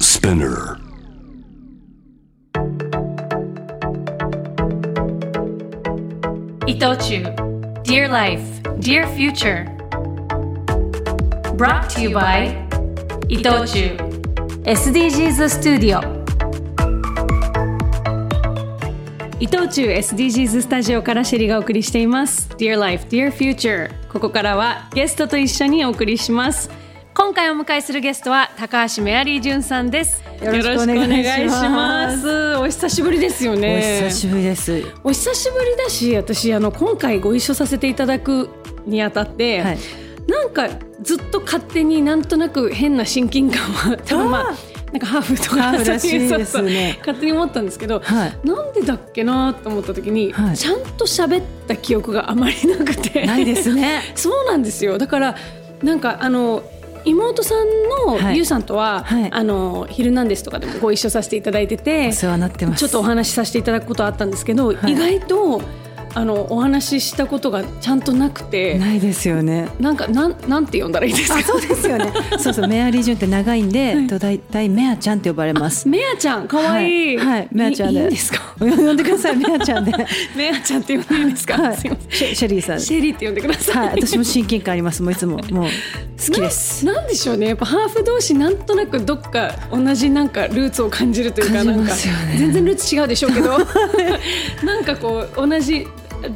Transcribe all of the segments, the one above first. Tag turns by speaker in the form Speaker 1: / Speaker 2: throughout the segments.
Speaker 1: Spinner.
Speaker 2: 伊藤忠 Dear Life, Dear Future Brought to you by 伊藤忠 SDGs Studio 伊藤忠 SDGs スタジオからシェリがお送りしています Dear Life, Dear Future ここからはゲストと一緒にお送りします今回お迎えするゲストは高橋メアリー潤さんです
Speaker 3: よろしくお願いします
Speaker 2: よろくお願いしますお久しぶりですよ
Speaker 3: お
Speaker 2: ね
Speaker 3: 久しぶりです。
Speaker 2: お久しぶりだし私あの今回ご一緒させていただくにあたって、
Speaker 3: はい
Speaker 2: なんかずっと勝手になんとなく変な親近感は多分まあなんかハーフとか
Speaker 3: ハーフらしいですね
Speaker 2: そうそう勝手に思ったんですけど、
Speaker 3: はい
Speaker 2: なんでだっけなと思った時に、
Speaker 3: はい
Speaker 2: ちゃんと喋った記憶があまりなくて
Speaker 3: ないですね。
Speaker 2: そうなんですよだからなんかあの妹さん
Speaker 3: は
Speaker 2: の
Speaker 3: い
Speaker 2: ゆうさんとは「
Speaker 3: はい
Speaker 2: あのヒルナンデス」とかでもご一緒させていただいてて
Speaker 3: お世話になってます。
Speaker 2: ちょっとお話しさせていただくことはあったんですけど、
Speaker 3: はい
Speaker 2: 意外とあのお話ししたことがちゃんとなくて、
Speaker 3: ないですよね。
Speaker 2: なんかなんなんて呼んだらいいですか
Speaker 3: あ、そうですよね。そうそう、メアリージュンって長いんで、とだいたいメアちゃんって呼ばれま す。
Speaker 2: メアちゃんかわいい、
Speaker 3: はいはいメアちゃん
Speaker 2: い
Speaker 3: で
Speaker 2: いいんですか
Speaker 3: 呼んでください、 メアちゃんで。は
Speaker 2: メアちゃんって呼んでいいんですか、
Speaker 3: い、
Speaker 2: す
Speaker 3: シ
Speaker 2: いません
Speaker 3: ェシェリーさん。
Speaker 2: シェリーって呼んでください、
Speaker 3: はい、私も親近感あります。もういつも、 もう好きです。
Speaker 2: ななんでしょうねやっぱハーフ同士なんとなくどっか同じなんかルーツを感じるというか
Speaker 3: 感じ
Speaker 2: なんか
Speaker 3: ますよね
Speaker 2: 全然ルーツ違うでしょうけ どなんかこう同じ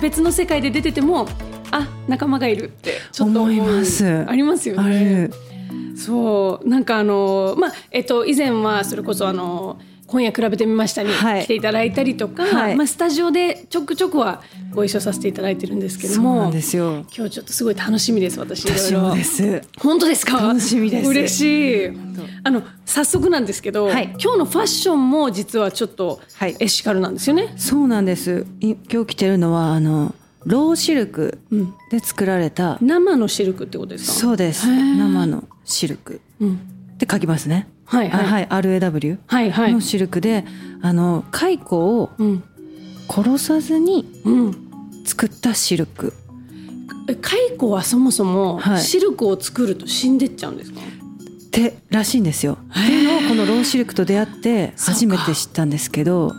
Speaker 2: 別の世界で出ててもあ仲間がいるってちょっと思う
Speaker 3: 思います
Speaker 2: ありますよね
Speaker 3: ある。
Speaker 2: そうなんかあのまあえっと以前はそれこそあの今夜比べてみましたに
Speaker 3: はい
Speaker 2: 来ていただいたりとか、
Speaker 3: はい
Speaker 2: まあスタジオでちょくちょくはご一緒させていただいてるんですけど
Speaker 3: そう
Speaker 2: も、
Speaker 3: なんですよ。
Speaker 2: 今日ちょっとすごい楽しみです私いろいろ
Speaker 3: 私もです。
Speaker 2: 本当ですか
Speaker 3: 楽しみです
Speaker 2: 嬉しいあの早速なんですけど、
Speaker 3: はい
Speaker 2: 今日のファッションも実はちょっと
Speaker 3: はい
Speaker 2: エシカルなんですよね、
Speaker 3: そうなんです。い今日着てるのは、あの、ローシルク
Speaker 2: うん
Speaker 3: で作られた。
Speaker 2: 生のシルクってことですか
Speaker 3: そうです。
Speaker 2: へー
Speaker 3: 生のシルク。
Speaker 2: うん
Speaker 3: って書きますね。
Speaker 2: はいはい
Speaker 3: あはい、RAW
Speaker 2: はいはい
Speaker 3: のシルクで、あの蚕を
Speaker 2: うん
Speaker 3: 殺さずに
Speaker 2: うん
Speaker 3: 作ったシルク
Speaker 2: え蚕はそもそも
Speaker 3: はい
Speaker 2: シルクを作ると死んでっちゃうんですか、
Speaker 3: ってらしいんですよ。っていうのをこのローシルクと出会って
Speaker 2: そうか
Speaker 3: 初めて知ったんですけど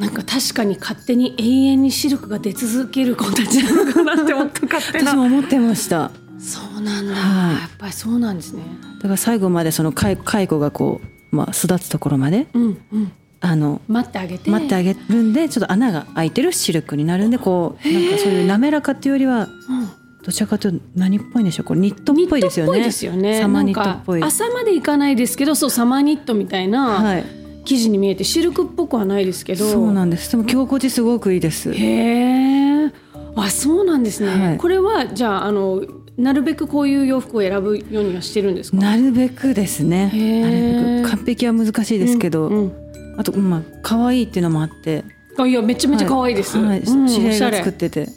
Speaker 2: なんか確かに勝手に永遠にシルクが出続ける子たちなのかなって思った勝手
Speaker 3: 私も
Speaker 2: な
Speaker 3: 思ってました。
Speaker 2: そうなんだ、
Speaker 3: はい
Speaker 2: やっぱりそうなんですね
Speaker 3: だから最後までその蚕蚕がこう、まあ、育つところまで
Speaker 2: うんうん
Speaker 3: あの
Speaker 2: 待ってあげて
Speaker 3: 待ってあげるんでちょっと穴が開いてるシルクになるんでこうなんかそういう滑らかっていうより
Speaker 2: う
Speaker 3: は
Speaker 2: ん
Speaker 3: どちらかというと何っぽいんでしょうこれニットっぽいですよね。
Speaker 2: ニットっぽいですよね。
Speaker 3: サマーニットっぽい。
Speaker 2: なんか朝までいかないですけど、そうサマーニットみたいな
Speaker 3: はい
Speaker 2: 生地に見えて、シルクっぽくはないですけど。
Speaker 3: そうなんです。でも今日こちすごくいいです。
Speaker 2: へえ。あ、そうなんですね。
Speaker 3: はい
Speaker 2: これはじゃああのなるべくこういう洋服を選ぶようにはしてるんですか。
Speaker 3: なるべくですね。
Speaker 2: へー
Speaker 3: なるべく完璧は難しいですけど、
Speaker 2: うん
Speaker 3: あとまあ可愛いっていうのもあって、
Speaker 2: あいやめちゃめちゃ可愛いです。
Speaker 3: はい、
Speaker 2: うん
Speaker 3: 知り合い
Speaker 2: おしゃ
Speaker 3: が
Speaker 2: れ
Speaker 3: 作ってて、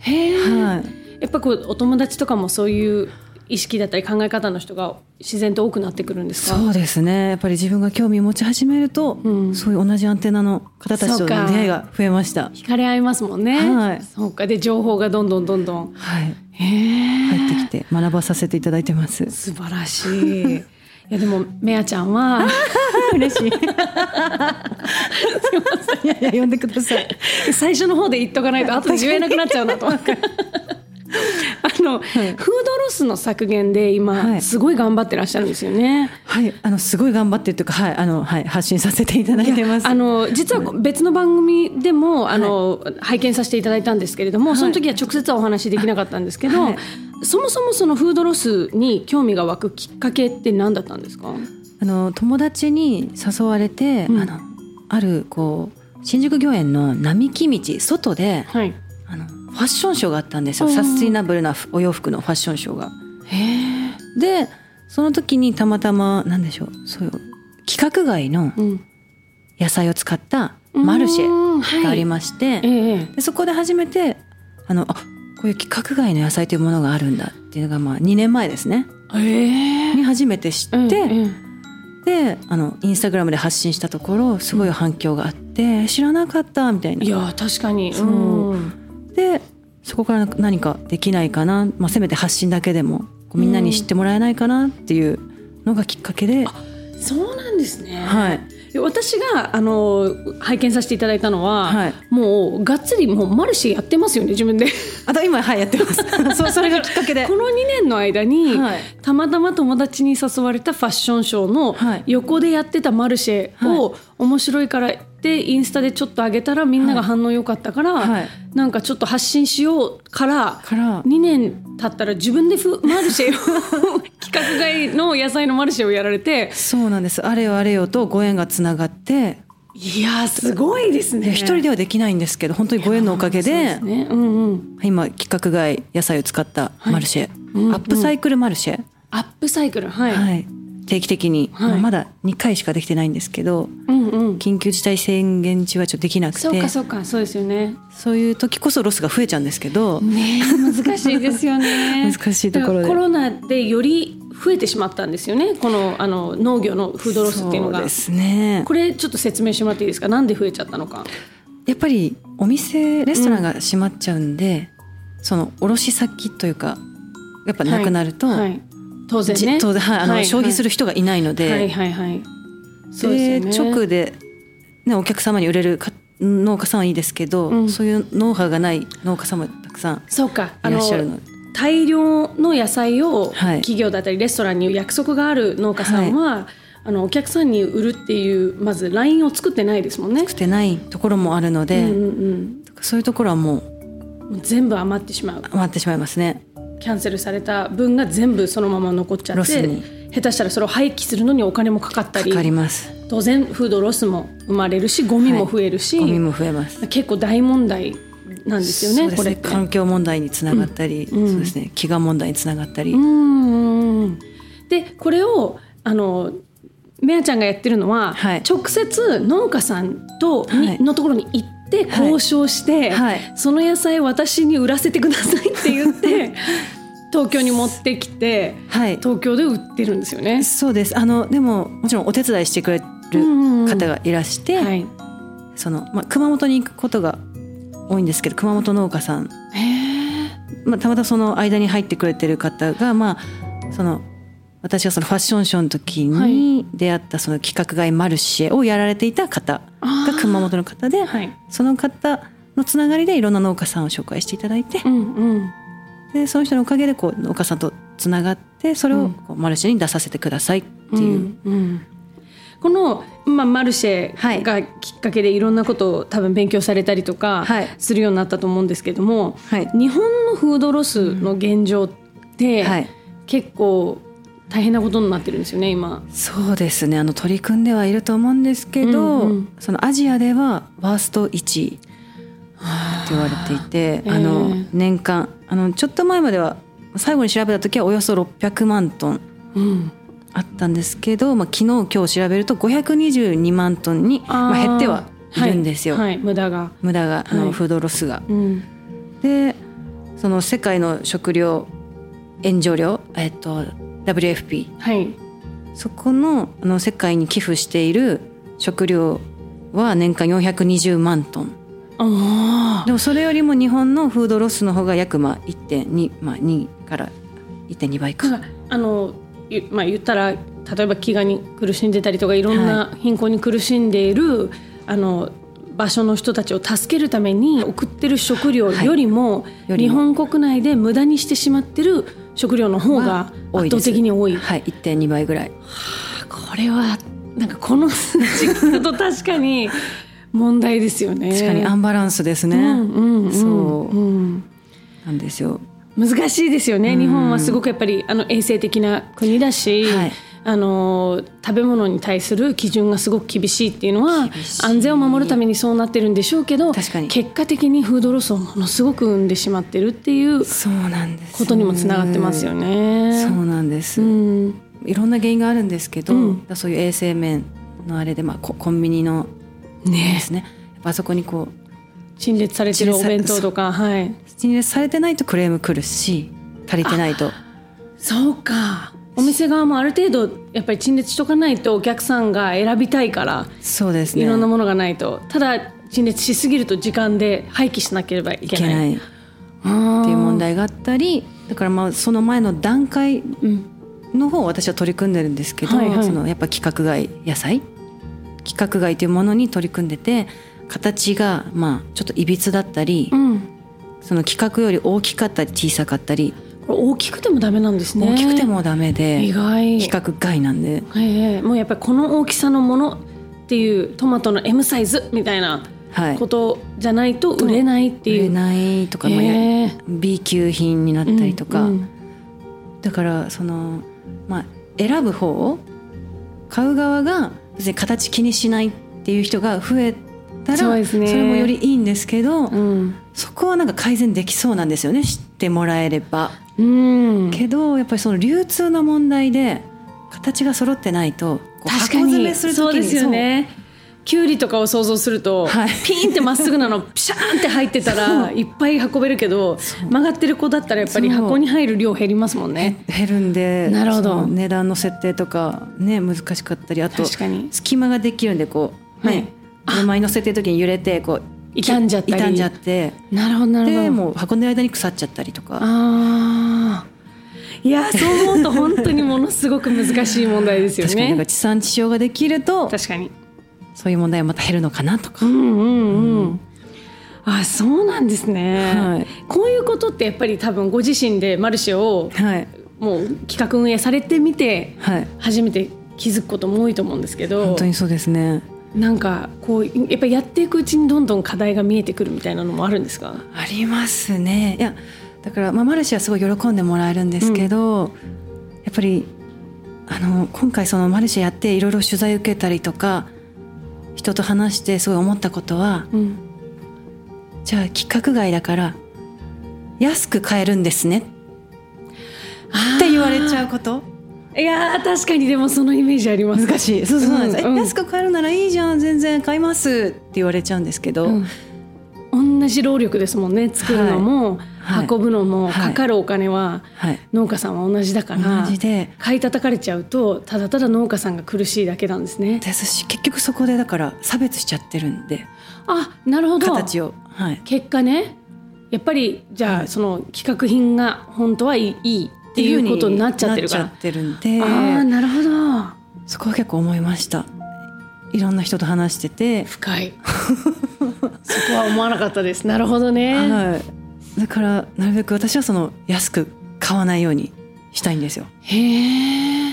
Speaker 2: へえ。
Speaker 3: はい、
Speaker 2: やっぱこうお友達とかもそういう意識だったり考え方の人が自然と多くなってくるんですか。
Speaker 3: そうですね。やっぱり自分が興味持ち始めると、
Speaker 2: うん
Speaker 3: そういう同じアンテナの方たち
Speaker 2: そう
Speaker 3: と
Speaker 2: か
Speaker 3: の出会いが増えました。
Speaker 2: 惹かれ合いますもんね。
Speaker 3: はい
Speaker 2: そうかで情報がどんどんどんどん。
Speaker 3: はい、
Speaker 2: へえ。
Speaker 3: 入ってきて学ばさせていただ いてます。
Speaker 2: 素晴らしい。 いやでもメアちゃんは
Speaker 3: 嬉しい。いやいや呼んでください。
Speaker 2: 最初の方で言っとかないと後で言えなくなっちゃうな と思って。 あの、フードロスの削減で今、
Speaker 3: はい
Speaker 2: すごい頑張ってらっしゃるんですよね。
Speaker 3: はい、あのすごい頑張ってるというか、はい、あのはい発信させていただいてます。
Speaker 2: あの実は別の番組でもあの、拝見させていただいたんですけれども、
Speaker 3: い
Speaker 2: その時は直接はお話しできなかったんですけど、
Speaker 3: はい
Speaker 2: そもそもそのフードロスに興味が湧くきっかけって何だったんですか？
Speaker 3: あの友達に誘われて、
Speaker 2: うん
Speaker 3: あのあるこう新宿御苑の並木道外で
Speaker 2: はい。
Speaker 3: あのファッションショーがあったんですよ
Speaker 2: うん
Speaker 3: サスティナブルなふお洋服のファッションショーが。
Speaker 2: へえ。
Speaker 3: でその時にたまたまなんでしょうそういう規格外の
Speaker 2: うん。
Speaker 3: 野菜を使ったマルシェ
Speaker 2: ェ
Speaker 3: があり
Speaker 2: ま
Speaker 3: まして、
Speaker 2: ええ。
Speaker 3: でそこで初めてあのあこういう規格外の野菜というものがあるんだっていうのが、まあ、2年前ですね
Speaker 2: ええ
Speaker 3: に初めて知って、
Speaker 2: うん
Speaker 3: であのインスタグラムで発信したところすごい反響があって、知らなかったみたい
Speaker 2: い
Speaker 3: な
Speaker 2: やー確かに
Speaker 3: そうんでそこから何かできないかな、まあ、せめて発信だけでもこうみんなに知ってもらえないかなっていうのがきっかけで、
Speaker 4: そうなんですね。
Speaker 3: はい
Speaker 4: 私があの拝見させていただいたのは、
Speaker 3: はい
Speaker 4: もうがっつりもうマルシェやってますよね自分で
Speaker 3: あと今はいやってます そうそれがきっかけで
Speaker 4: この2年の間に、
Speaker 3: はい
Speaker 4: たまたま友達に誘われたファッションショーの
Speaker 3: はい
Speaker 4: 横でやってたマルシェを、面白いからってインスタでちょっと上げたらみんなが反応良かったから、
Speaker 3: はい
Speaker 4: なんかちょっと発信しようから
Speaker 3: から
Speaker 4: 2年経ったら自分でふマルシェ を規格外の野菜のマルシェをやられて
Speaker 3: そうなんですあれよあれよとご縁がつながって
Speaker 4: いやーすごいです
Speaker 3: いや
Speaker 4: ね。
Speaker 3: 一人ではできないんですけど本当にご縁のおかげで
Speaker 4: ね、うんうん
Speaker 3: 今規格外野菜を使ったマルシェ、
Speaker 4: うんうん
Speaker 3: アップサイクルマルシェ、
Speaker 4: アップサイクルはい、
Speaker 3: はい、定期的に、
Speaker 4: はい
Speaker 3: まあまだ2回しかできてないんですけど
Speaker 4: うんうん
Speaker 3: 緊急事態宣言中はちょっとできなくて
Speaker 4: そうかそうかそうですよね
Speaker 3: そういう時こそロスが増えちゃうんですけど、
Speaker 4: ねえ難しいですよね
Speaker 3: 難しいところで
Speaker 4: だからコロナでより増えてしまったんですよねこのあの農業のフードロスっていうの
Speaker 3: そう
Speaker 4: が
Speaker 3: ですね
Speaker 4: これちょっと説明してもらっていいですかなんで増えちゃったのか
Speaker 3: やっぱりお店レストランが閉まっちゃうんで、その卸先というかやっぱなくなると、
Speaker 4: はい、当然
Speaker 3: じ
Speaker 4: ね
Speaker 3: 当然はいあの消費す
Speaker 4: る
Speaker 3: る人がいないので、
Speaker 4: はいはいはいそう
Speaker 3: で
Speaker 4: ですよね
Speaker 3: 直で、ね、お客様に売れるか農家さんはいいですけど、
Speaker 4: うん
Speaker 3: そういうノウハウがない農家さんもたくさん
Speaker 4: そうかあ
Speaker 3: いら
Speaker 4: の
Speaker 3: っしゃるので
Speaker 4: 大量の野菜を
Speaker 3: はい
Speaker 4: 企業だったりレストランに約束がある農家さんは、あのお客さんに売るっていうまずラインを作ってないですもんね。
Speaker 3: 作ってないところもあるの
Speaker 4: う
Speaker 3: で、
Speaker 4: んうん
Speaker 3: そういうところはもう
Speaker 4: うん、もう全部余ってしまう
Speaker 3: 余ってしまいますね。
Speaker 4: キャンセルされた分が全部そのまま残っちゃ
Speaker 3: ロ
Speaker 4: っ
Speaker 3: ス
Speaker 4: て
Speaker 3: に
Speaker 4: 下手したらそれを廃棄するのにお金もかかった
Speaker 3: か
Speaker 4: り
Speaker 3: かります。
Speaker 4: 当然フードロスも生まれるしゴミも増えるし、
Speaker 3: ゴミも増えます。
Speaker 4: 結構大問題なんですよね
Speaker 3: そうです
Speaker 4: これ
Speaker 3: ね
Speaker 4: って。
Speaker 3: 環境問題につながったり、
Speaker 4: ん
Speaker 3: そうですね飢餓問題につながったり、
Speaker 4: うんでこれをあのメアちゃんがやってるのは、
Speaker 3: はい
Speaker 4: 直接農家さんと、に
Speaker 3: はい
Speaker 4: のところに行って
Speaker 3: はい
Speaker 4: 交渉して、
Speaker 3: はい
Speaker 4: その野菜私に売らせてくださいって言って 東京に持ってきて
Speaker 3: はい
Speaker 4: 東京で売ってるんですよね。
Speaker 3: そうですあのでももちろんお手伝いしてくれる
Speaker 4: うんうん
Speaker 3: 方がいらして、
Speaker 4: はい、
Speaker 3: そのまあ、熊本に行くことが多いんですけど熊本農家さんまあ、たまたまその間に入ってくれてる方が、まあ、その私がそのファッションショーの時
Speaker 4: は
Speaker 3: に
Speaker 4: い
Speaker 3: 出会ったその企画外マルシェをやられていた方が熊本の方で、
Speaker 4: はい
Speaker 3: その方のつながりでいろんな農家さんを紹介していただいて、
Speaker 4: うんうん、
Speaker 3: でその人のおかげでこう農家さんとつながってそれ
Speaker 4: う
Speaker 3: を
Speaker 4: ん
Speaker 3: こうマルシェに出させてくださいっていう、
Speaker 4: うんうんこの、まあ、マルシェがきっかけでいろんなことを多分勉強されたりとか
Speaker 3: はい
Speaker 4: するようになったと思うんですけども、
Speaker 3: はい
Speaker 4: 日本のフードロスの現状って、
Speaker 3: はい
Speaker 4: 結構大変なことになってるんですよね今。
Speaker 3: そうですねあの取り組んではいると思うんですけど、
Speaker 4: うんうん
Speaker 3: そのアジアではワースト1位って言われていてあの
Speaker 4: ええ
Speaker 3: 年間あのちょっと前までは最後に調べた時はおよそ600万トン
Speaker 4: うん
Speaker 3: あったんですけど、まあ、昨日今日調べると522万トンにまあ、減ってはいるんですよ、
Speaker 4: はいはい無駄が、
Speaker 3: 無駄があの、
Speaker 4: はい
Speaker 3: フードロスが。
Speaker 4: うん
Speaker 3: でその世界の食料援助量、えっと、WFP
Speaker 4: はい
Speaker 3: そこのあの世界に寄付している食料は年間420万トン
Speaker 4: あ
Speaker 3: でもそれよりも日本のフードロスの方が約まあ1.2、まあ、2から1.2倍
Speaker 4: ーだ
Speaker 3: か
Speaker 4: からあの、ゆまあ、言ったら例えば飢餓に苦しんでたりとかいろんな貧困に苦しんでいる、あの場所の人たちを助けるために送ってる食料よりも,、
Speaker 3: よりも
Speaker 4: 日本国内で無駄にしてしまってる食料の方が
Speaker 3: 多いで
Speaker 4: 圧倒
Speaker 3: す
Speaker 4: 的に多い。
Speaker 3: はい1.2倍ぐらい
Speaker 4: これはなんかこの数字聞くと確かに問題ですよね。
Speaker 3: 確かにアンバランスですね、
Speaker 4: うんうんうん、
Speaker 3: そう
Speaker 4: うん
Speaker 3: なんですよ
Speaker 4: 難しいですよね、日本はすごくやっぱりあの衛生的な国だし、
Speaker 3: はい
Speaker 4: あの食べ物に対する基準がすごく厳しいっていうのは
Speaker 3: 厳しい
Speaker 4: 安全を守るためにそうなってるんでしょうけど
Speaker 3: 確かに
Speaker 4: 結果的にフードロスをものすごく生んでしまってるっていう
Speaker 3: そうなんです
Speaker 4: ことにもつながってますよね。
Speaker 3: そうなんです、
Speaker 4: うん
Speaker 3: いろんな原因があるんですけど、
Speaker 4: うん
Speaker 3: だからそういう衛生面のあれで、まあ、ココンビニので
Speaker 4: ね
Speaker 3: すねやっぱあそこにこう
Speaker 4: 陳列されてるお弁当とかはい
Speaker 3: 陳列されてないとクレーム来るし足りてないと
Speaker 4: そうかお店側もある程度やっぱり陳列しとかないとお客さんが選びたいから
Speaker 3: そうですね
Speaker 4: いろんなものがないと、ただ陳列しすぎると時間で廃棄しなければい
Speaker 3: い
Speaker 4: け
Speaker 3: けな
Speaker 4: ない
Speaker 3: いっ
Speaker 4: あー
Speaker 3: ていう問題があったりだからまあその前の段階
Speaker 4: うん
Speaker 3: の方を私は取り組んでるんですけど、
Speaker 4: はいはい
Speaker 3: そのやっぱ規格外野菜規格外というものに取り組んでて形がまあちょっといびつだったり、
Speaker 4: うん、
Speaker 3: その規格より大きかったり小さかったり、
Speaker 4: これ大きくてもダメなんですね
Speaker 3: 大きくてもダメ
Speaker 4: 意
Speaker 3: で
Speaker 4: 外
Speaker 3: 規格外なんで
Speaker 4: ええもうやっぱりこの大きさのものっていうトマトの M サイズみたいな
Speaker 3: はい
Speaker 4: ことじゃないと売れないって
Speaker 3: 売
Speaker 4: いう
Speaker 3: れ。ないとか、まあ
Speaker 4: ええ
Speaker 3: B 級品になったりとか、
Speaker 4: うん
Speaker 3: だからその、まあ、選ぶ方買う側が別に形気にしないっていう人が増えたら
Speaker 4: そうですね
Speaker 3: れもよりいいんですけど、
Speaker 4: うん
Speaker 3: そこはなんか改善できそうなんですよね知ってもらえれば。
Speaker 4: うん
Speaker 3: けどやっぱりその流通の問題で形が揃ってないとこう
Speaker 4: 確
Speaker 3: 箱
Speaker 4: か
Speaker 3: 詰
Speaker 4: に
Speaker 3: めする時に
Speaker 4: そうですよねきゅうりとかを想像すると、
Speaker 3: はい
Speaker 4: ピーンってまっすぐなのピシャーンって入って たらいっぱい運べるけど曲がってる子だったらやっぱり
Speaker 3: そう
Speaker 4: 箱に入る量減りますもんね。
Speaker 3: 減るんで
Speaker 4: なるほど
Speaker 3: その値段の設定とかね難しかったりあと
Speaker 4: 確かに
Speaker 3: 隙間ができるんでこう、
Speaker 4: はい
Speaker 3: ね車に乗せてる時に揺れてこう
Speaker 4: 傷んじゃったり
Speaker 3: 傷んじゃって
Speaker 4: なるほどな
Speaker 3: でもう運んでる間に腐っちゃったりとか
Speaker 4: あーいやそう思うと本当にものすごく難しい問題ですよ
Speaker 3: 確かになんか
Speaker 4: ね。
Speaker 3: 地産地消ができると
Speaker 4: 確かに
Speaker 3: そういう問題はまた減るのかなとか
Speaker 4: う。んうんうん。あ、そうなんですね。
Speaker 3: はい
Speaker 4: こういうことってやっぱり多分ご自身でマルシェを
Speaker 3: はい
Speaker 4: もう企画運営されてみて
Speaker 3: はい
Speaker 4: 初めて気づくことも多いと思うんですけど
Speaker 3: 本当にそうですね
Speaker 4: なんかこうやっぱりやっていくうちにどんどん課題が見えてくるみたいなのもあるんですか
Speaker 3: ありますねいやだから、まあ、マルシェはすごい喜んでもらえるんですけど、やっぱりあの今回そのマルシェやっていろいろ取材受けたりとか人と話してすごい思ったことは
Speaker 4: うん、
Speaker 3: じゃあ規格外だから安く買えるんですねって言われちゃうこと
Speaker 4: いやー確かにでもそのイメージあります
Speaker 3: 難しいそうそうなんです、
Speaker 4: うんうん
Speaker 3: え安く買えるならいいじゃん全然買いますって言われちゃうんですけど、
Speaker 4: うん同じ労力ですもんね作るのも、
Speaker 3: はい
Speaker 4: 運ぶのも、
Speaker 3: はい
Speaker 4: かかるお金は
Speaker 3: はい
Speaker 4: 農家さんは同じだから
Speaker 3: 同じで
Speaker 4: 買い叩かれちゃうとただただ農家さんが苦しいだけなんですね
Speaker 3: ですし結局そこでだから差別しちゃってるんで
Speaker 4: あなるほど
Speaker 3: 形をはい
Speaker 4: 結果ねやっぱりじゃあその企画品が本当はいいいいっていうことになっちゃってるから
Speaker 3: なちゃってるんで
Speaker 4: あーなるほど
Speaker 3: そこは結構思いましたいろんな人と話してて、
Speaker 4: 深いそこは思わなかったですなるほどね、
Speaker 3: はい、だからなるべく私はその安く買わないようにしたいんですよ
Speaker 4: へえ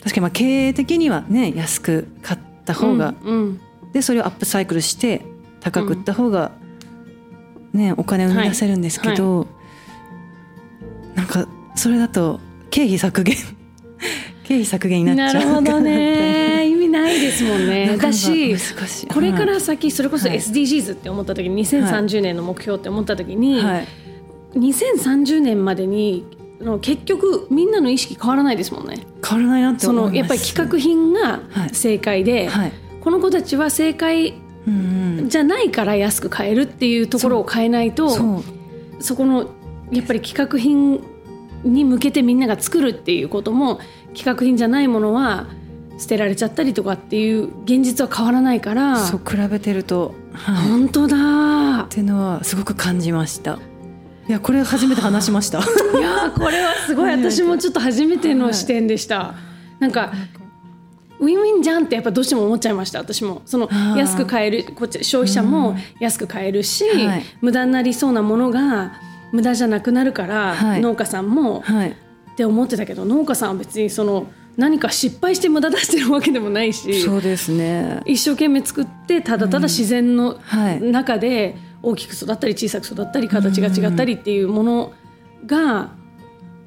Speaker 3: 確かにまあ経営的にはね安く買った方が、
Speaker 4: うんうん
Speaker 3: でそれをアップサイクルして高く売った方が、ねお金を生み出せるんですけど、なんかそれだと経費削減 経費削減になっ
Speaker 4: な
Speaker 3: ちゃ
Speaker 4: る
Speaker 3: う
Speaker 4: ほど
Speaker 3: か
Speaker 4: ね意味ないですもん
Speaker 3: な
Speaker 4: ね
Speaker 3: なかなか
Speaker 4: だし
Speaker 3: 難しい
Speaker 4: これか
Speaker 3: は
Speaker 4: ら先それこそ
Speaker 3: はい
Speaker 4: SDGs って思った時に2030年の目標って思った時に、
Speaker 3: い はい
Speaker 4: 2030年までにの結局みんなの意識変わらないですもんね。
Speaker 3: 変わらないなって
Speaker 4: そ
Speaker 3: 思います
Speaker 4: のやっぱり企画品が
Speaker 3: はい
Speaker 4: 正解で、
Speaker 3: はい、
Speaker 4: この子たちは正解
Speaker 3: うんうん、
Speaker 4: じゃないから安く買えるっていうところを変えないとそ
Speaker 3: そう
Speaker 4: このやっぱり企画品に向けてみんなが作るっていうことも企画品じゃないものは捨てられちゃったりとかっていう現実は変わらないから
Speaker 3: そう比べてると、はい、っ
Speaker 4: 本当だ
Speaker 3: ていうのはすごく感じましたいやこれ初めて話しました
Speaker 4: いやーこれはすごい私もちょっと初めての視点でした。なんかウィンウィンじゃんってやっぱどうしても思っちゃいました私もその
Speaker 3: あー
Speaker 4: 安く買えるこっち消費者も安く買えるし、
Speaker 3: はい
Speaker 4: 無駄になりそうなものが無駄じゃなくなるから、
Speaker 3: はい
Speaker 4: 農家さんも、
Speaker 3: はい
Speaker 4: って思ってたけど農家さんは別にその何か失敗して無駄出してるわけでもないし
Speaker 3: そうですね
Speaker 4: 一生懸命作ってただただ自然の
Speaker 3: はい
Speaker 4: 中で大きく育ったり小さく育ったり形が違ったりっていうものが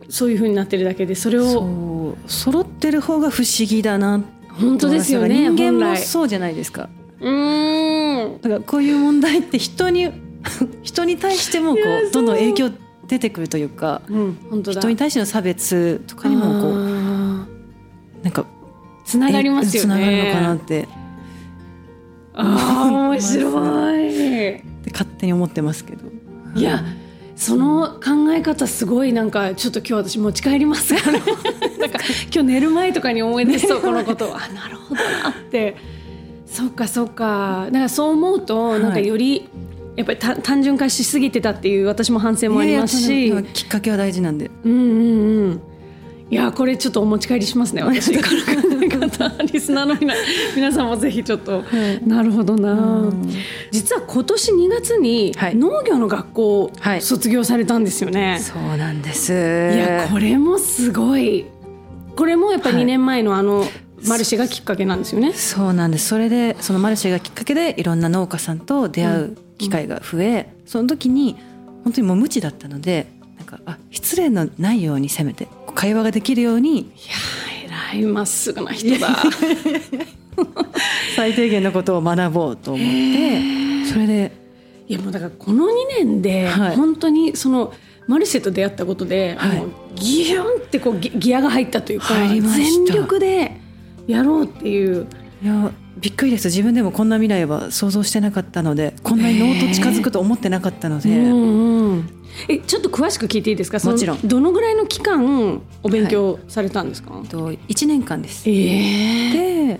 Speaker 4: そういう風になってるだけでそれを
Speaker 3: そう揃ってる方が不思議だな
Speaker 4: 本当ですよね
Speaker 3: 人間
Speaker 4: 本
Speaker 3: も
Speaker 4: 来
Speaker 3: そうじゃないですか
Speaker 4: うーん
Speaker 3: だからこういう問題って人に 人に対してもこ
Speaker 4: いやそう
Speaker 3: うどんどん影響出てくるというか
Speaker 4: うん本当だ
Speaker 3: 人に対しての差別とかにもこう
Speaker 4: あ
Speaker 3: なんか
Speaker 4: ーつながりますよ
Speaker 3: つながるの
Speaker 4: ね
Speaker 3: かなって
Speaker 4: あー面白い
Speaker 3: で勝手に思ってますけど
Speaker 4: いやその考え方すごいなんかちょっと今日私持ち帰り ますからなんか今日寝る前とかに思い出しそうこのことあなるほどなってそっかそっかだからそう思うと
Speaker 3: い
Speaker 4: なんかよりやっぱりた単純化しすぎてたっていう私も反省もあります
Speaker 3: いやい
Speaker 4: し
Speaker 3: やそのきっかけは大事なんで
Speaker 4: うんうんうんいやこれちょっとお持ち帰りしますね私この考え方リスナーの 皆皆さんもぜひちょっと、なるほどな実は今年2月に
Speaker 1: はい
Speaker 4: 農業の学校を
Speaker 1: はい
Speaker 4: 卒業されたんですよね、
Speaker 1: そうなんです
Speaker 4: い、やこれもすごいこれもやっぱり
Speaker 3: はい
Speaker 4: 2年前のあのマルシェがきっかけなんですよね、
Speaker 3: そうなんですそれでそのマルシェがきっかけでいろんな農家さんと出会う機会が増え、その時に本当にもう無知だったのでなんかあ失礼のないようにせめてこう会話ができるように
Speaker 4: 偉いまっすぐな人だ
Speaker 3: 最低限のことを学ぼうと思ってそれで
Speaker 4: いやもうだからこの2年で
Speaker 3: はい
Speaker 4: 本当にそのマルシェと出会ったことで、
Speaker 3: はい
Speaker 4: もうギュンってこうギギアが入ったというか
Speaker 3: 入りました
Speaker 4: 全力でやろうっていう
Speaker 3: いやびっくりです自分でもこんな未来は想像してなかったのでこんなに脳と近づくと思ってなかったので、
Speaker 4: うんうん、えちょっと詳しく聞いていいですかその
Speaker 3: もちろん
Speaker 4: どのぐらいの期間お勉強されたんですか、
Speaker 3: と1年間です。
Speaker 4: ええ
Speaker 3: で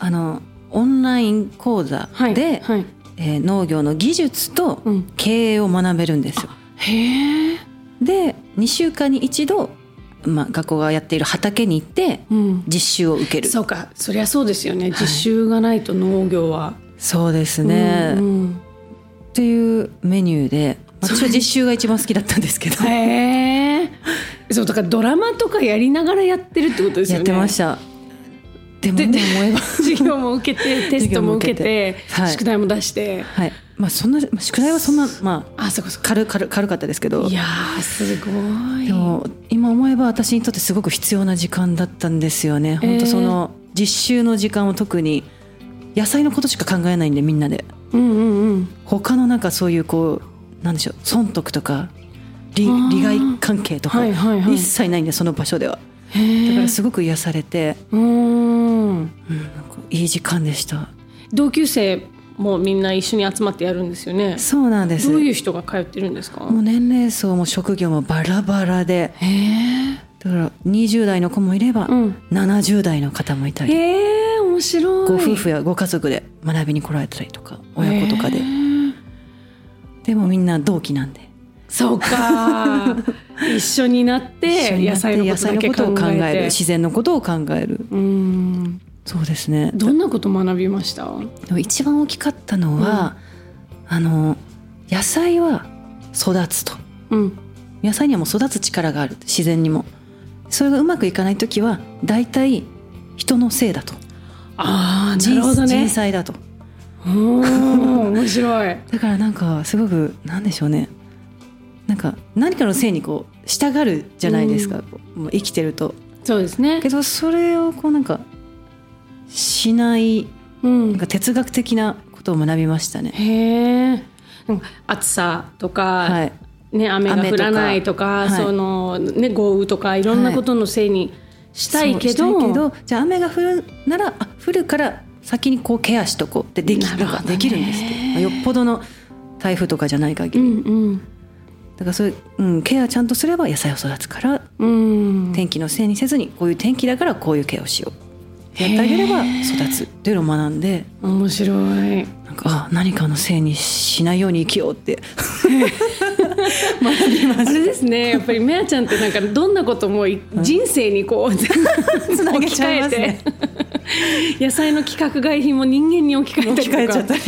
Speaker 3: あのオンライン講座で、
Speaker 4: はいはい
Speaker 3: えー農業の技術と
Speaker 4: うん
Speaker 3: 経営を学べるんですよ。
Speaker 4: へえ、
Speaker 3: で2週間に一度、まあ、学校がやっている畑に行って
Speaker 4: うん、
Speaker 3: 実習を受ける
Speaker 4: そうかそりゃそうですよね実習がないと農業は、
Speaker 3: そうです
Speaker 4: うんうん
Speaker 3: っていうメニューで私は実習が一番好きだったんですけど、
Speaker 4: へえ。そうだからドラマとかやりながらやってるってことですよ
Speaker 3: やっ
Speaker 4: ね。
Speaker 3: てましたでも
Speaker 4: で
Speaker 3: 今
Speaker 4: で
Speaker 3: 思えば
Speaker 4: 授業も受けてテストも受けて
Speaker 3: 授業も受けてはい
Speaker 4: 宿題も出して。
Speaker 3: はいまあそんなまあ宿題はそんなまあ
Speaker 4: あそこそこ。
Speaker 3: 軽軽軽かったですけど
Speaker 4: いやーすごい。
Speaker 3: でも今思えば私にとってすごく必要な時間だったんですよね本当その実習の時間を特に野菜のことしか考えないんでみんなで
Speaker 4: うんうんうん。
Speaker 3: 他のなんかそういうこうなんでしょう損得とか利
Speaker 4: あー
Speaker 3: 利害関係とか、
Speaker 4: はいはいはい
Speaker 3: 一切ないんでその場所ではだ
Speaker 4: へ
Speaker 3: か
Speaker 4: え
Speaker 3: ら。すごく癒されて、
Speaker 4: うーん。
Speaker 3: うん、なんかいい時間でした
Speaker 4: 同級生もみんな一緒に集まってやるんですよね。
Speaker 3: そうなんです
Speaker 4: どういう人が通ってるんですか。
Speaker 3: もう年齢層も職業もバラバラで
Speaker 4: へえ。
Speaker 3: だから20代の子もいれば、
Speaker 4: うん。
Speaker 3: 70代の方もいたり
Speaker 4: へえ面白い。
Speaker 3: ご夫婦やご家族で学びに来られたりとか親子とかで、
Speaker 4: へー
Speaker 3: でもみんな同期なんで
Speaker 4: そ うか一緒になって
Speaker 3: 一緒になっ
Speaker 4: 野
Speaker 3: て
Speaker 4: 菜のことだけ
Speaker 3: 野菜の
Speaker 4: 考
Speaker 3: ことを考
Speaker 4: え
Speaker 3: える
Speaker 4: て
Speaker 3: 自然のことを考える
Speaker 4: うん
Speaker 3: そうですね
Speaker 4: どんなこと学びました
Speaker 3: でも一番大きかったのは、あの野菜は育つと
Speaker 4: うん
Speaker 3: 野菜にはもう育つ力がある自然にもそれがうまくいかない時は大体人のせいだと
Speaker 4: ああな
Speaker 3: 人
Speaker 4: るほどね
Speaker 3: 人災だと
Speaker 4: おー面白い
Speaker 3: だからなんかすごくなんでしょうねなんか何かのせいにこう従るじゃないですか、こうもう生きてると
Speaker 4: そうですね
Speaker 3: けどそれをこうなんかしない
Speaker 4: うん
Speaker 3: なんか哲学的なことを学びましたね
Speaker 4: へえ暑さとか、
Speaker 3: はい
Speaker 4: ね、雨が
Speaker 3: 雨
Speaker 4: 降
Speaker 3: とから
Speaker 4: ないとか
Speaker 3: はい
Speaker 4: その、ね、豪雨とかいろんなことのせいにしたいけど,、
Speaker 3: そうしたいけどじゃあ雨が降るならあ降るから先にこうケアしとこうってでき
Speaker 4: なる
Speaker 3: る
Speaker 4: ほどね
Speaker 3: できるんですってまあよっぽどの台風とかじゃない限り、
Speaker 4: うん
Speaker 3: だからそういう、うん、ケアちゃんとすれば野菜を育つから
Speaker 4: うんうん
Speaker 3: 天気のせいにせずにこういう天気だからこういうケアをしようやってあげれば育つっていうのを学んで
Speaker 4: 面白い
Speaker 3: なんかあ何かのせいにしないように生きようって学びま
Speaker 4: あ
Speaker 3: し
Speaker 4: れですね やっぱりメアちゃんってなんかどんなこともい人生にこう
Speaker 3: た つなげちゃいますね
Speaker 4: 置 野菜の規格外品も人間に置き換えたり
Speaker 3: 置
Speaker 4: と
Speaker 3: き
Speaker 4: か
Speaker 3: 換えちゃったり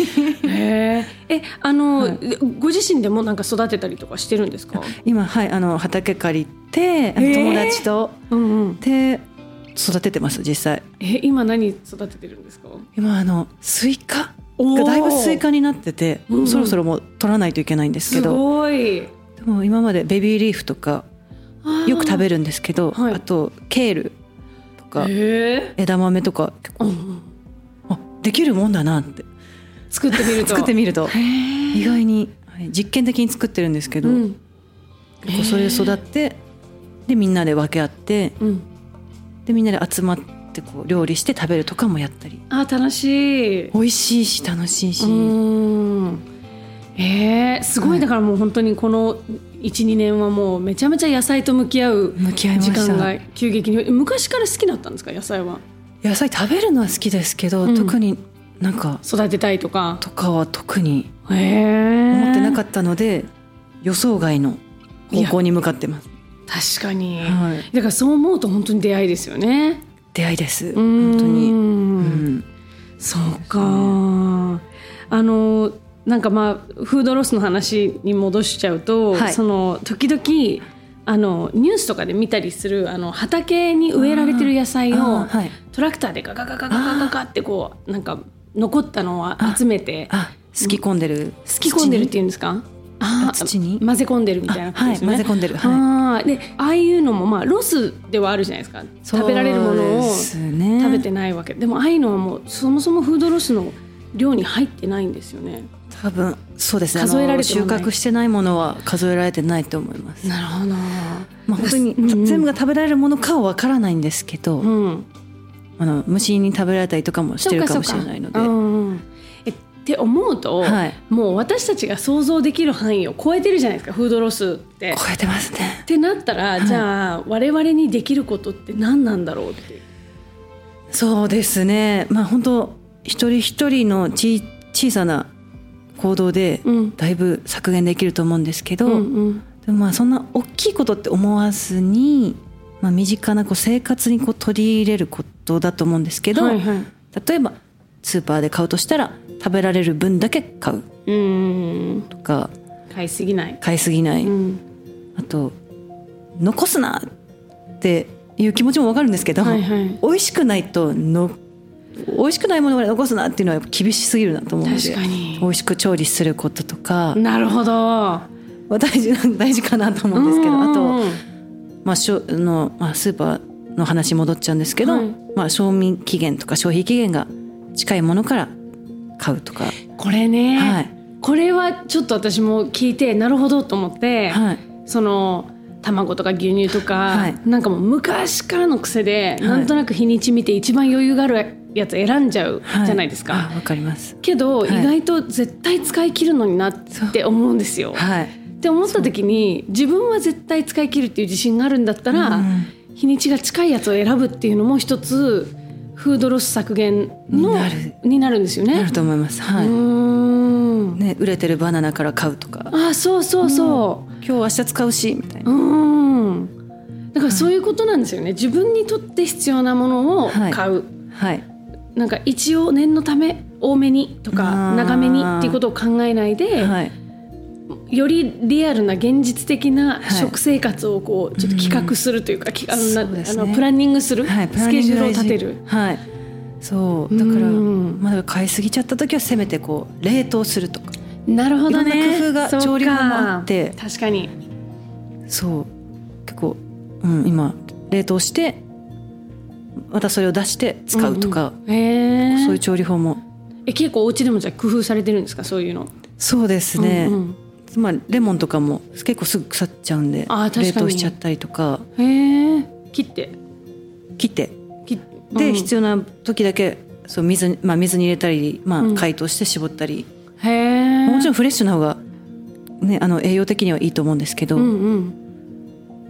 Speaker 4: へええあの、
Speaker 3: はい
Speaker 4: ご自身でもなんか育てたりとかしてるんですか
Speaker 3: 今はいあの畑借りてあの
Speaker 4: えー
Speaker 3: 友達と、
Speaker 4: うんうん
Speaker 3: で育ててます実際
Speaker 4: え今何育ててるんですか
Speaker 3: 今あのスイカ
Speaker 4: お
Speaker 3: が
Speaker 4: ー
Speaker 3: だいぶスイカになってて
Speaker 4: うんうん
Speaker 3: そろそろもう取らないといけないんですけ
Speaker 4: す
Speaker 3: ど
Speaker 4: ごい
Speaker 3: でも今までベビーリーフとかよく食べるんですけど
Speaker 4: あ
Speaker 3: あ,、
Speaker 4: ーはい
Speaker 3: とケールとか
Speaker 4: へえ
Speaker 3: 枝豆とか結構、
Speaker 4: うんうん
Speaker 3: あできるもんだなって
Speaker 4: 作ってみると
Speaker 3: 作ってみると
Speaker 4: へえ
Speaker 3: 意外に、はい実験的に作ってるんですけど、
Speaker 4: うん
Speaker 3: 結構それで育ってでみんなで分け合って
Speaker 4: うん
Speaker 3: でみんなで集まってこう料理して食べるとかもやったり
Speaker 4: あ楽しい
Speaker 3: 美味しいし楽しいし。
Speaker 4: うんえー、すごい、
Speaker 3: はい
Speaker 4: だからもう本当にこの12年はもうめちゃめちゃ野菜と向き合う
Speaker 3: 向き合いま
Speaker 4: 時
Speaker 3: した
Speaker 4: 間が急激に昔から好きだったんですか野菜は
Speaker 3: 野菜食べるのは好きですけど、
Speaker 4: うん
Speaker 3: 特になんか
Speaker 4: 育てたいとか
Speaker 3: とかは特に
Speaker 4: へえ
Speaker 3: 思ってなかったので、予想外の方向に向かってます
Speaker 4: 確かに、
Speaker 3: はい
Speaker 4: だからそう思うと本当に出会いですよね
Speaker 3: 出会いです
Speaker 4: うん
Speaker 3: 本当に、うん
Speaker 4: そうかあのなんかまあフードロスの話に戻しちゃうと、
Speaker 3: はい
Speaker 4: その時々あのニュースとかで見たりするあの畑に植えられてる野菜を
Speaker 3: あーはい
Speaker 4: トラクターでガガガガガガガガってこうなんか残ったのを集めて
Speaker 3: あすき込んでる
Speaker 4: すき込んでるっていうんですかあー
Speaker 3: 土に
Speaker 4: 混ぜ込んでるみたいなことですよね、
Speaker 3: あはい混ぜ込んでるはい
Speaker 4: あーでああいうのもまあロスではあるじゃないですか食べられるものを
Speaker 3: そうですね
Speaker 4: 食べてないわけでもああいうのはもうそもそもフードロスの量に入ってないんですよね
Speaker 3: 多分そうですね
Speaker 4: 数えられて
Speaker 3: あ
Speaker 4: も
Speaker 3: の
Speaker 4: ない
Speaker 3: 収穫してないものは数えられてないと思います、
Speaker 4: なるほど
Speaker 3: まあ、本当に全部が食べられるものかはわからないんですけど、
Speaker 4: うん
Speaker 3: あの虫に食べられたりとかもしてるか
Speaker 4: そう
Speaker 3: も
Speaker 4: か
Speaker 3: し
Speaker 4: そうか
Speaker 3: れないので
Speaker 4: うんうんえって思うと、
Speaker 3: はい
Speaker 4: もう私たちが想像できる範囲を超えてるじゃないですかフードロスって。
Speaker 3: 超えてますね
Speaker 4: ってなったら、じゃあ我々にできることって何なんだろうっていう
Speaker 3: そうですねまあ本当一人一人のち小さな行動で
Speaker 4: うん
Speaker 3: だいぶ削減できると思うんですけど、
Speaker 4: うん
Speaker 3: でもまあそんな大きいことって思わずに、まあ、身近なこう生活にこう取り入れることだと思うんですけ
Speaker 4: うん、
Speaker 3: ど、
Speaker 4: はいはい
Speaker 3: 例えばスーパーで買うとしたら食べられる分だけ買う
Speaker 4: うん
Speaker 3: とか
Speaker 4: 買いすぎない、
Speaker 3: 買いすぎない、
Speaker 4: うん、
Speaker 3: あと残すなっていう気持ちもわかるんですけど、
Speaker 4: はいはい
Speaker 3: 美味しくないとの美味しくないものまで残すなっていうのは厳しすぎるなと思うので
Speaker 4: 確かに
Speaker 3: 美味しく調理することとか
Speaker 4: なるほど
Speaker 3: は大事な大事かなと思うんですけどあと
Speaker 4: うん
Speaker 3: まあ、しょあのまあスーパーの話戻っちゃうんですけど、
Speaker 4: はい
Speaker 3: まあ、賞味期限とか消費期限が近いものから買うとか、
Speaker 4: これね、
Speaker 3: はい
Speaker 4: これはちょっと私も聞いてなるほどと思って、
Speaker 3: はい
Speaker 4: その卵とか牛乳とか、
Speaker 3: はい
Speaker 4: なんかもう昔からの癖で、
Speaker 3: い
Speaker 4: なんとなく日にち見て一番余裕があるやつ選んじゃう
Speaker 3: は
Speaker 4: じゃないですか、
Speaker 3: あわかります
Speaker 4: けど、
Speaker 3: はい
Speaker 4: 意外と絶対使い切るのになって思うんですよ。
Speaker 3: はい
Speaker 4: って思った時に自分は絶対使い切るっていう自信があるんだったら、
Speaker 3: うん
Speaker 4: 日にちが近いやつを選ぶっていうのも一つフードロス削減の
Speaker 3: になる
Speaker 4: になるんですよね。
Speaker 3: なると思います、はい
Speaker 4: うん
Speaker 3: ね、売れてるバナナから買うとか
Speaker 4: あそうそうそ
Speaker 3: 今日明日使うしみたいうな、
Speaker 4: うんだからそういうことなんですよね自分にとって必要なものを買う、
Speaker 3: はい
Speaker 4: なんか一応念のため多めにと
Speaker 3: あ
Speaker 4: か
Speaker 3: ー
Speaker 4: 長めにっていうことを考えないで、
Speaker 3: はい、
Speaker 4: よりリアルな現実的
Speaker 3: は
Speaker 4: な
Speaker 3: い
Speaker 4: 食生活をこうちょっと企画するというか、きあのな
Speaker 3: そうです
Speaker 4: あ
Speaker 3: ね
Speaker 4: のプランニングする、
Speaker 3: はい、
Speaker 4: スケジュールを立てる。
Speaker 3: はいそうだから、
Speaker 4: うん
Speaker 3: まだ買いすぎちゃった時はせめてこう冷凍するとか
Speaker 4: なるほどね
Speaker 3: いろんな工夫が
Speaker 4: そうか
Speaker 3: 調理法もあって
Speaker 4: 確かに
Speaker 3: そう結構、うん、今冷凍してまたそれを出して使うとか、
Speaker 4: んんへー
Speaker 3: そういう調理法も
Speaker 4: え結構お家でもじゃあ工夫されてるんですかそういうの。
Speaker 3: そうですね、
Speaker 4: うんうん
Speaker 3: まあレモンとかも結構すぐ腐っちゃうんで
Speaker 4: あー確かに
Speaker 3: 冷凍しちゃったりとか
Speaker 4: へえ切って
Speaker 3: 切って
Speaker 4: 切っ
Speaker 3: で、
Speaker 4: うん
Speaker 3: 必要な時だけそう水に,、まあ、水に入れたり、ま
Speaker 4: う
Speaker 3: あ
Speaker 4: ん、
Speaker 3: 解凍して絞ったり、
Speaker 4: へえ
Speaker 3: もちろんフレッシュな方が、ね、あの栄養的にはいいと思うんですけど、
Speaker 4: うんうん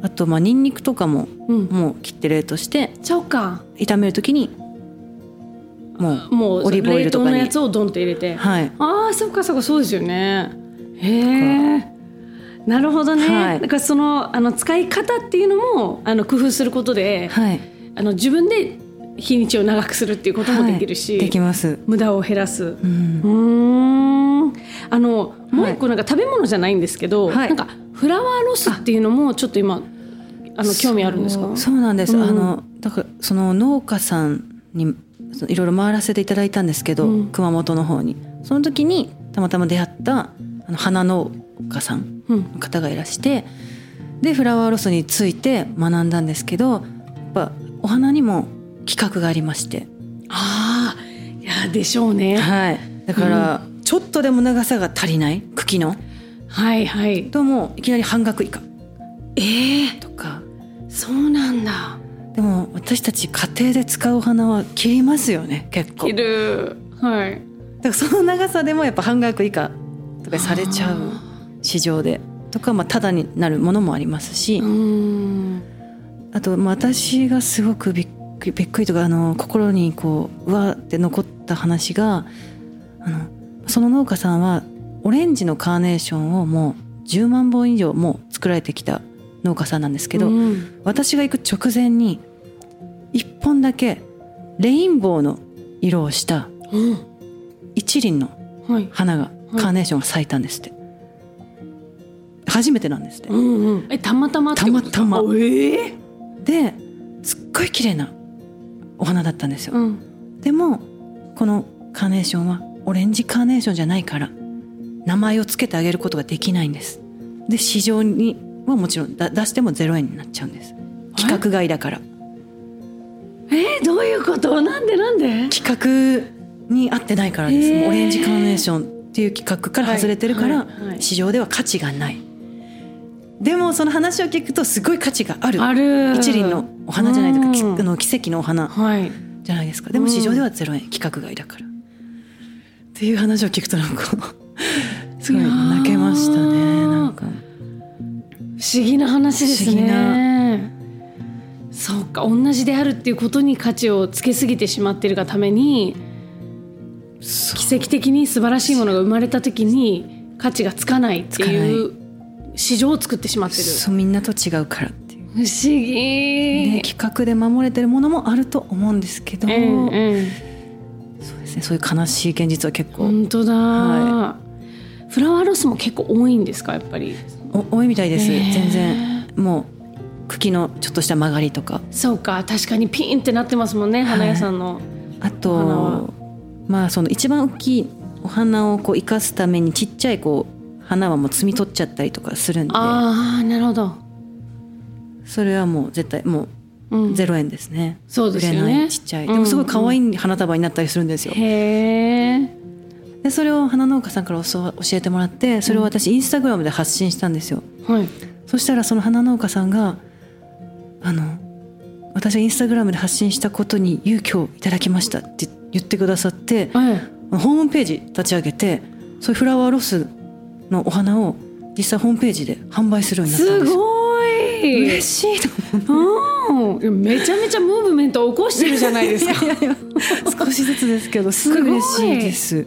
Speaker 3: あとまあニンニクとかも
Speaker 4: うん
Speaker 3: もう切って冷凍して
Speaker 4: そうか
Speaker 3: 炒める時にもう
Speaker 4: もう
Speaker 3: オリーブオイルとかに
Speaker 4: 冷凍のやつをドンって入れて、
Speaker 3: はい
Speaker 4: ああそうかそうかそうですよねへえなるほどね、
Speaker 3: はい
Speaker 4: だからそのあの使い方っていうのもあの工夫することで、
Speaker 3: はい
Speaker 4: あの自分で日にちを長くするっていうこともできるし、
Speaker 3: はいできます、
Speaker 4: 無駄を減らす
Speaker 3: うん
Speaker 4: うーんあのもう一個なんか食べ物じゃないんですけど、
Speaker 3: はい
Speaker 4: なんかフラワーロスっていうのもちょっと今あの興味あるんですか
Speaker 3: そうそうなんです、
Speaker 4: うん
Speaker 3: あのだからその農家さんにそのいろいろ回らせていただいたんですけど、
Speaker 4: うん
Speaker 3: 熊本の方にその時にたまたま出会ったあの花農家さん
Speaker 4: うん
Speaker 3: の方がいらしてでフラワーロスについて学んだんですけどやっぱお花にも規格がありまして、
Speaker 4: ああいやでしょうね
Speaker 3: はい、だから、ちょっとでも長さが足りない茎の
Speaker 4: はいはい
Speaker 3: ともういきなり半額以下
Speaker 4: ええ
Speaker 3: とか
Speaker 4: そうなんだ
Speaker 3: でも私たち家庭で使うお花は切りますよね結構
Speaker 4: いるはい
Speaker 3: だからその長さでもやっぱ半額以下とかされちゃう市場でとか、まあ、ただになるものもありますし、
Speaker 4: うーん
Speaker 3: あとまあ私がすごくびっくりびっくりとかあの心にこううわーって残った話があのその農家さんはオレンジのカーネーションをもう10万本以上もう作られてきた農家さんなんですけ
Speaker 4: け
Speaker 3: ど、
Speaker 4: うん、
Speaker 3: 私が行く直前に1本だけレインボーの色をした
Speaker 4: うん
Speaker 3: 一輪の
Speaker 4: はい、
Speaker 3: 花が
Speaker 4: はい
Speaker 3: カーネーションが咲いたんですって、初めてなんですって、
Speaker 4: うんうん、えたまたまってことですか
Speaker 3: たまたま
Speaker 4: おええ
Speaker 3: ですっごい綺麗なお花だったんですよ、
Speaker 4: うん
Speaker 3: でもこのカーネーションはオレンジカーネーションじゃないから名前を付けてあげることができないんですで市場にはもちろんだ出しても0円になっちゃうんです規格外だから
Speaker 4: えー、どういうことなんでなんで
Speaker 3: 規格に合ってないからです、
Speaker 4: へー
Speaker 3: オレンジカーネーションっていう規格から外れてるから、
Speaker 4: はいはいはい
Speaker 3: 市場では価値がないでもその話を聞くとすごい価値がある
Speaker 4: ある
Speaker 3: 一輪のお花じゃないとか、き
Speaker 4: うん
Speaker 3: あの奇跡のお花
Speaker 4: はい
Speaker 3: じゃないですかでも市場では0円規格外だからっていう話を聞くと なんかすごい泣けました
Speaker 4: いや
Speaker 3: ね
Speaker 4: ー
Speaker 3: なんか
Speaker 4: 不思議な話です
Speaker 3: 不思議
Speaker 4: ね。そうか同じであるっていうことに価値をつけすぎてしまってるがために
Speaker 3: そう
Speaker 4: 奇跡的に素晴らしいものが生まれた時に価値がつかないっていう市場を作ってしまってる
Speaker 3: そうみんなと違うからっていう、
Speaker 4: 不思議、
Speaker 3: ね、規格で守れてるものもあると思うんですけど、
Speaker 4: ええええ
Speaker 3: そうですねそういう悲しい現実は結構
Speaker 4: 本当だ、
Speaker 3: は
Speaker 4: フラワーロスも結構多いんですかやっぱり
Speaker 3: お多いみたいです、
Speaker 4: えー
Speaker 3: 全然もう茎のちょっとした曲がりとか
Speaker 4: そうか確かにピーンってなってますもんね花屋さんの、
Speaker 3: あ
Speaker 4: お花は
Speaker 3: とまあその一番大きいお花をこう生かすためにちっちゃいこう花はもう摘み取っちゃったりとかするんで
Speaker 4: ああなるほど、
Speaker 3: それはもう絶対も
Speaker 4: う、
Speaker 3: うん0円ですね、
Speaker 4: そうですよね
Speaker 3: 売れないちっちゃいでもすごい可愛い花束になったりするんですよ、
Speaker 4: へえ
Speaker 3: でそれを花農家さんから教わ教えてもらってそれを私インスタグラムで発信したんですよ、
Speaker 4: はい
Speaker 3: そしたらその花農家さんがあの私がインスタグラムで発信したことに勇気をいただきましたって言ってくださって
Speaker 4: ええ
Speaker 3: ホームページ立ち上げてそういうフラワーロスのお花を実際ホームページで販売するようになったん
Speaker 4: す
Speaker 3: ですよ
Speaker 4: ごい
Speaker 3: 嬉しいと思って
Speaker 4: うんいやめちゃめちゃムーブメントを起こしてるじゃないですか
Speaker 3: いやいやいや少しずつですけどすごい嬉しいです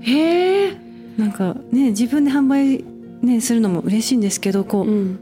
Speaker 4: へえ、
Speaker 3: なんかね自分で販売ねするのも嬉しいんですけどこう、
Speaker 4: うん、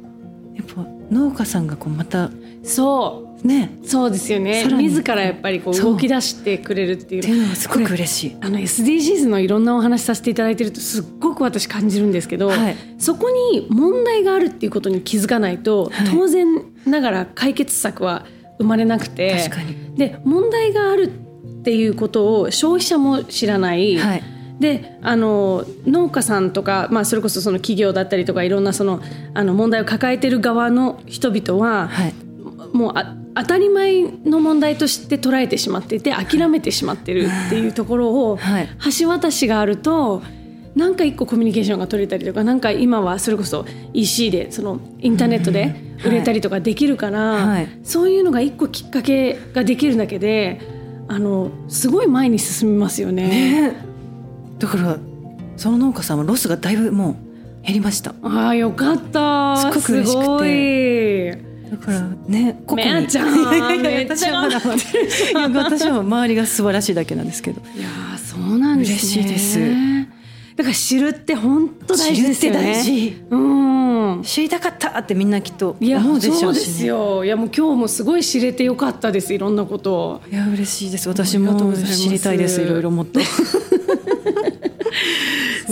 Speaker 3: やっぱ農家さんがこうまた
Speaker 4: そ
Speaker 3: ね
Speaker 4: うそうですよね
Speaker 3: さらに
Speaker 4: 自らやっぱりこう
Speaker 3: そう
Speaker 4: 動き出してくれるってい
Speaker 3: っていううのがすごく嬉しい
Speaker 4: あの SDGs のいろんなお話させていただいてるとすっごく私感じるんですけど、
Speaker 3: はい
Speaker 4: そこに問題があるっていうことに気づかないと、
Speaker 3: はい
Speaker 4: 当然ながら解決策は生まれなくて
Speaker 3: 確かに
Speaker 4: で問題があるっていうことを消費者も知らない、
Speaker 3: はい
Speaker 4: であの農家さんとか、まあ、それこそその企業だったりとかいろんなそのあの問題を抱えてる側の人々は、
Speaker 3: はい
Speaker 4: もうあ当たり前の問題として捉えてしまっていて諦めてしまってるっていうところを
Speaker 3: はい
Speaker 4: 橋渡しがあると。なんか一個コミュニケーションが取れたりとかなんか今はそれこそ EC でそのインターネットで
Speaker 3: はい
Speaker 4: 売れたりとかできるから、
Speaker 3: はい
Speaker 4: そういうのが一個きっかけができるだけであのすごい前に進みますよね
Speaker 3: ねだからその農家さんはロスがだいぶもう減りました
Speaker 4: ああよかった。
Speaker 3: すごく嬉しくて
Speaker 4: すごい。
Speaker 3: だからねここに
Speaker 4: めあち ゃん
Speaker 3: いやいやいや
Speaker 4: めっ
Speaker 3: 私
Speaker 4: ちゃ
Speaker 3: はまだまだいや私は周りが素晴らしいだけなんですけど
Speaker 4: いやーそうなんですね。
Speaker 3: 嬉しいです
Speaker 4: だから知るって本当大事ですよね。
Speaker 3: 知るって大事
Speaker 4: うん。
Speaker 3: 知りたかったってみんなきっと
Speaker 4: いや
Speaker 3: 思うでし
Speaker 4: そ
Speaker 3: ょ
Speaker 4: う
Speaker 3: う
Speaker 4: で
Speaker 3: し、ね、
Speaker 4: すよ。いやもう今日もすごい知れてよかったです。いろんなことを。
Speaker 3: いや嬉しいです私
Speaker 4: ありがとうご
Speaker 3: も
Speaker 4: ざいます
Speaker 3: 知りたいですいろいろもっと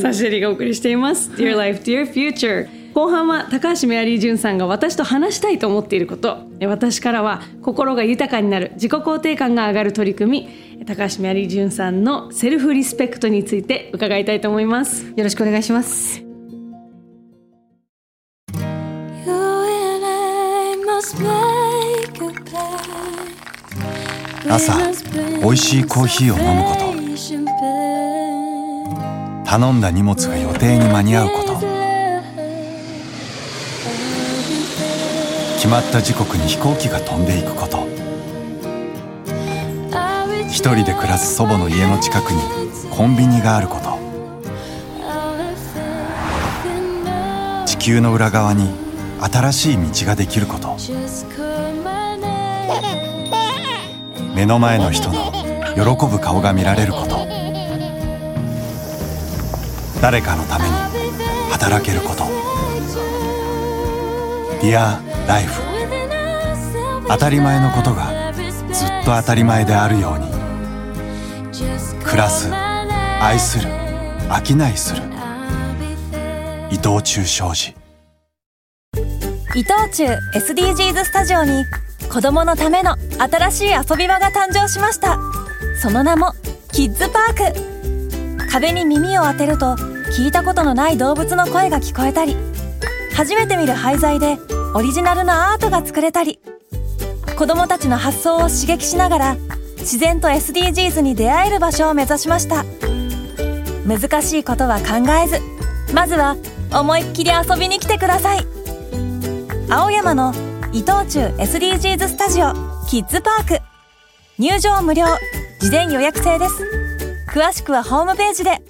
Speaker 4: サシェリがお送りしています。Dear Life, Dear Future。後半は高橋メアリージュンさんが私と話したいと思っていることえ私からは心が豊かになる自己肯定感が上がる取り組み高橋メアリージュンさんのセルフリスペクトについて伺いたいと思います
Speaker 3: よろしくお願いします
Speaker 1: 朝美味しいコーヒーを飲むこと
Speaker 5: と
Speaker 1: 頼んだ荷物が予定に間に合うこと決まった時刻に飛行機が飛んでいくこと一
Speaker 5: 一人
Speaker 1: 人
Speaker 5: で
Speaker 1: で
Speaker 5: 暮
Speaker 1: 暮
Speaker 5: ら
Speaker 1: ら
Speaker 5: す
Speaker 1: す祖
Speaker 5: 祖母
Speaker 1: 母
Speaker 5: の
Speaker 1: の
Speaker 5: 家
Speaker 1: 家
Speaker 5: の
Speaker 1: の
Speaker 5: 近
Speaker 1: 近
Speaker 5: く
Speaker 1: く
Speaker 5: に
Speaker 1: に
Speaker 5: コ
Speaker 1: コ
Speaker 5: ン
Speaker 1: ン
Speaker 5: ビ
Speaker 1: ビ
Speaker 5: ニ
Speaker 1: ニ
Speaker 5: が
Speaker 1: が
Speaker 5: あ
Speaker 1: あ
Speaker 5: る
Speaker 1: る
Speaker 5: こ
Speaker 1: ことと地球の裏側に新しい道ができること目の前の人の喜ぶ顔が見られること誰かのために働けること Dear ライフ当たり前のことがずっと当たり前であるように暮らす愛する商いする伊藤忠商事
Speaker 5: 伊藤忠 SDGs スタジオに子どものための新しい遊び場が誕生しましたその名もキッズパーク壁に耳を当てると聞いたことのない動物の声が聞こえたり初めて見る廃材でオリジナルのアートが作れたり子どもたちの発想を刺激しながら自然と SDGs に出会える場所を目指しました難しいことは考えずまずは思いっきり遊びに来てください青山の伊藤忠 SDGs スタジオキッズパーク入場無料事前予約制です詳しくはホームページで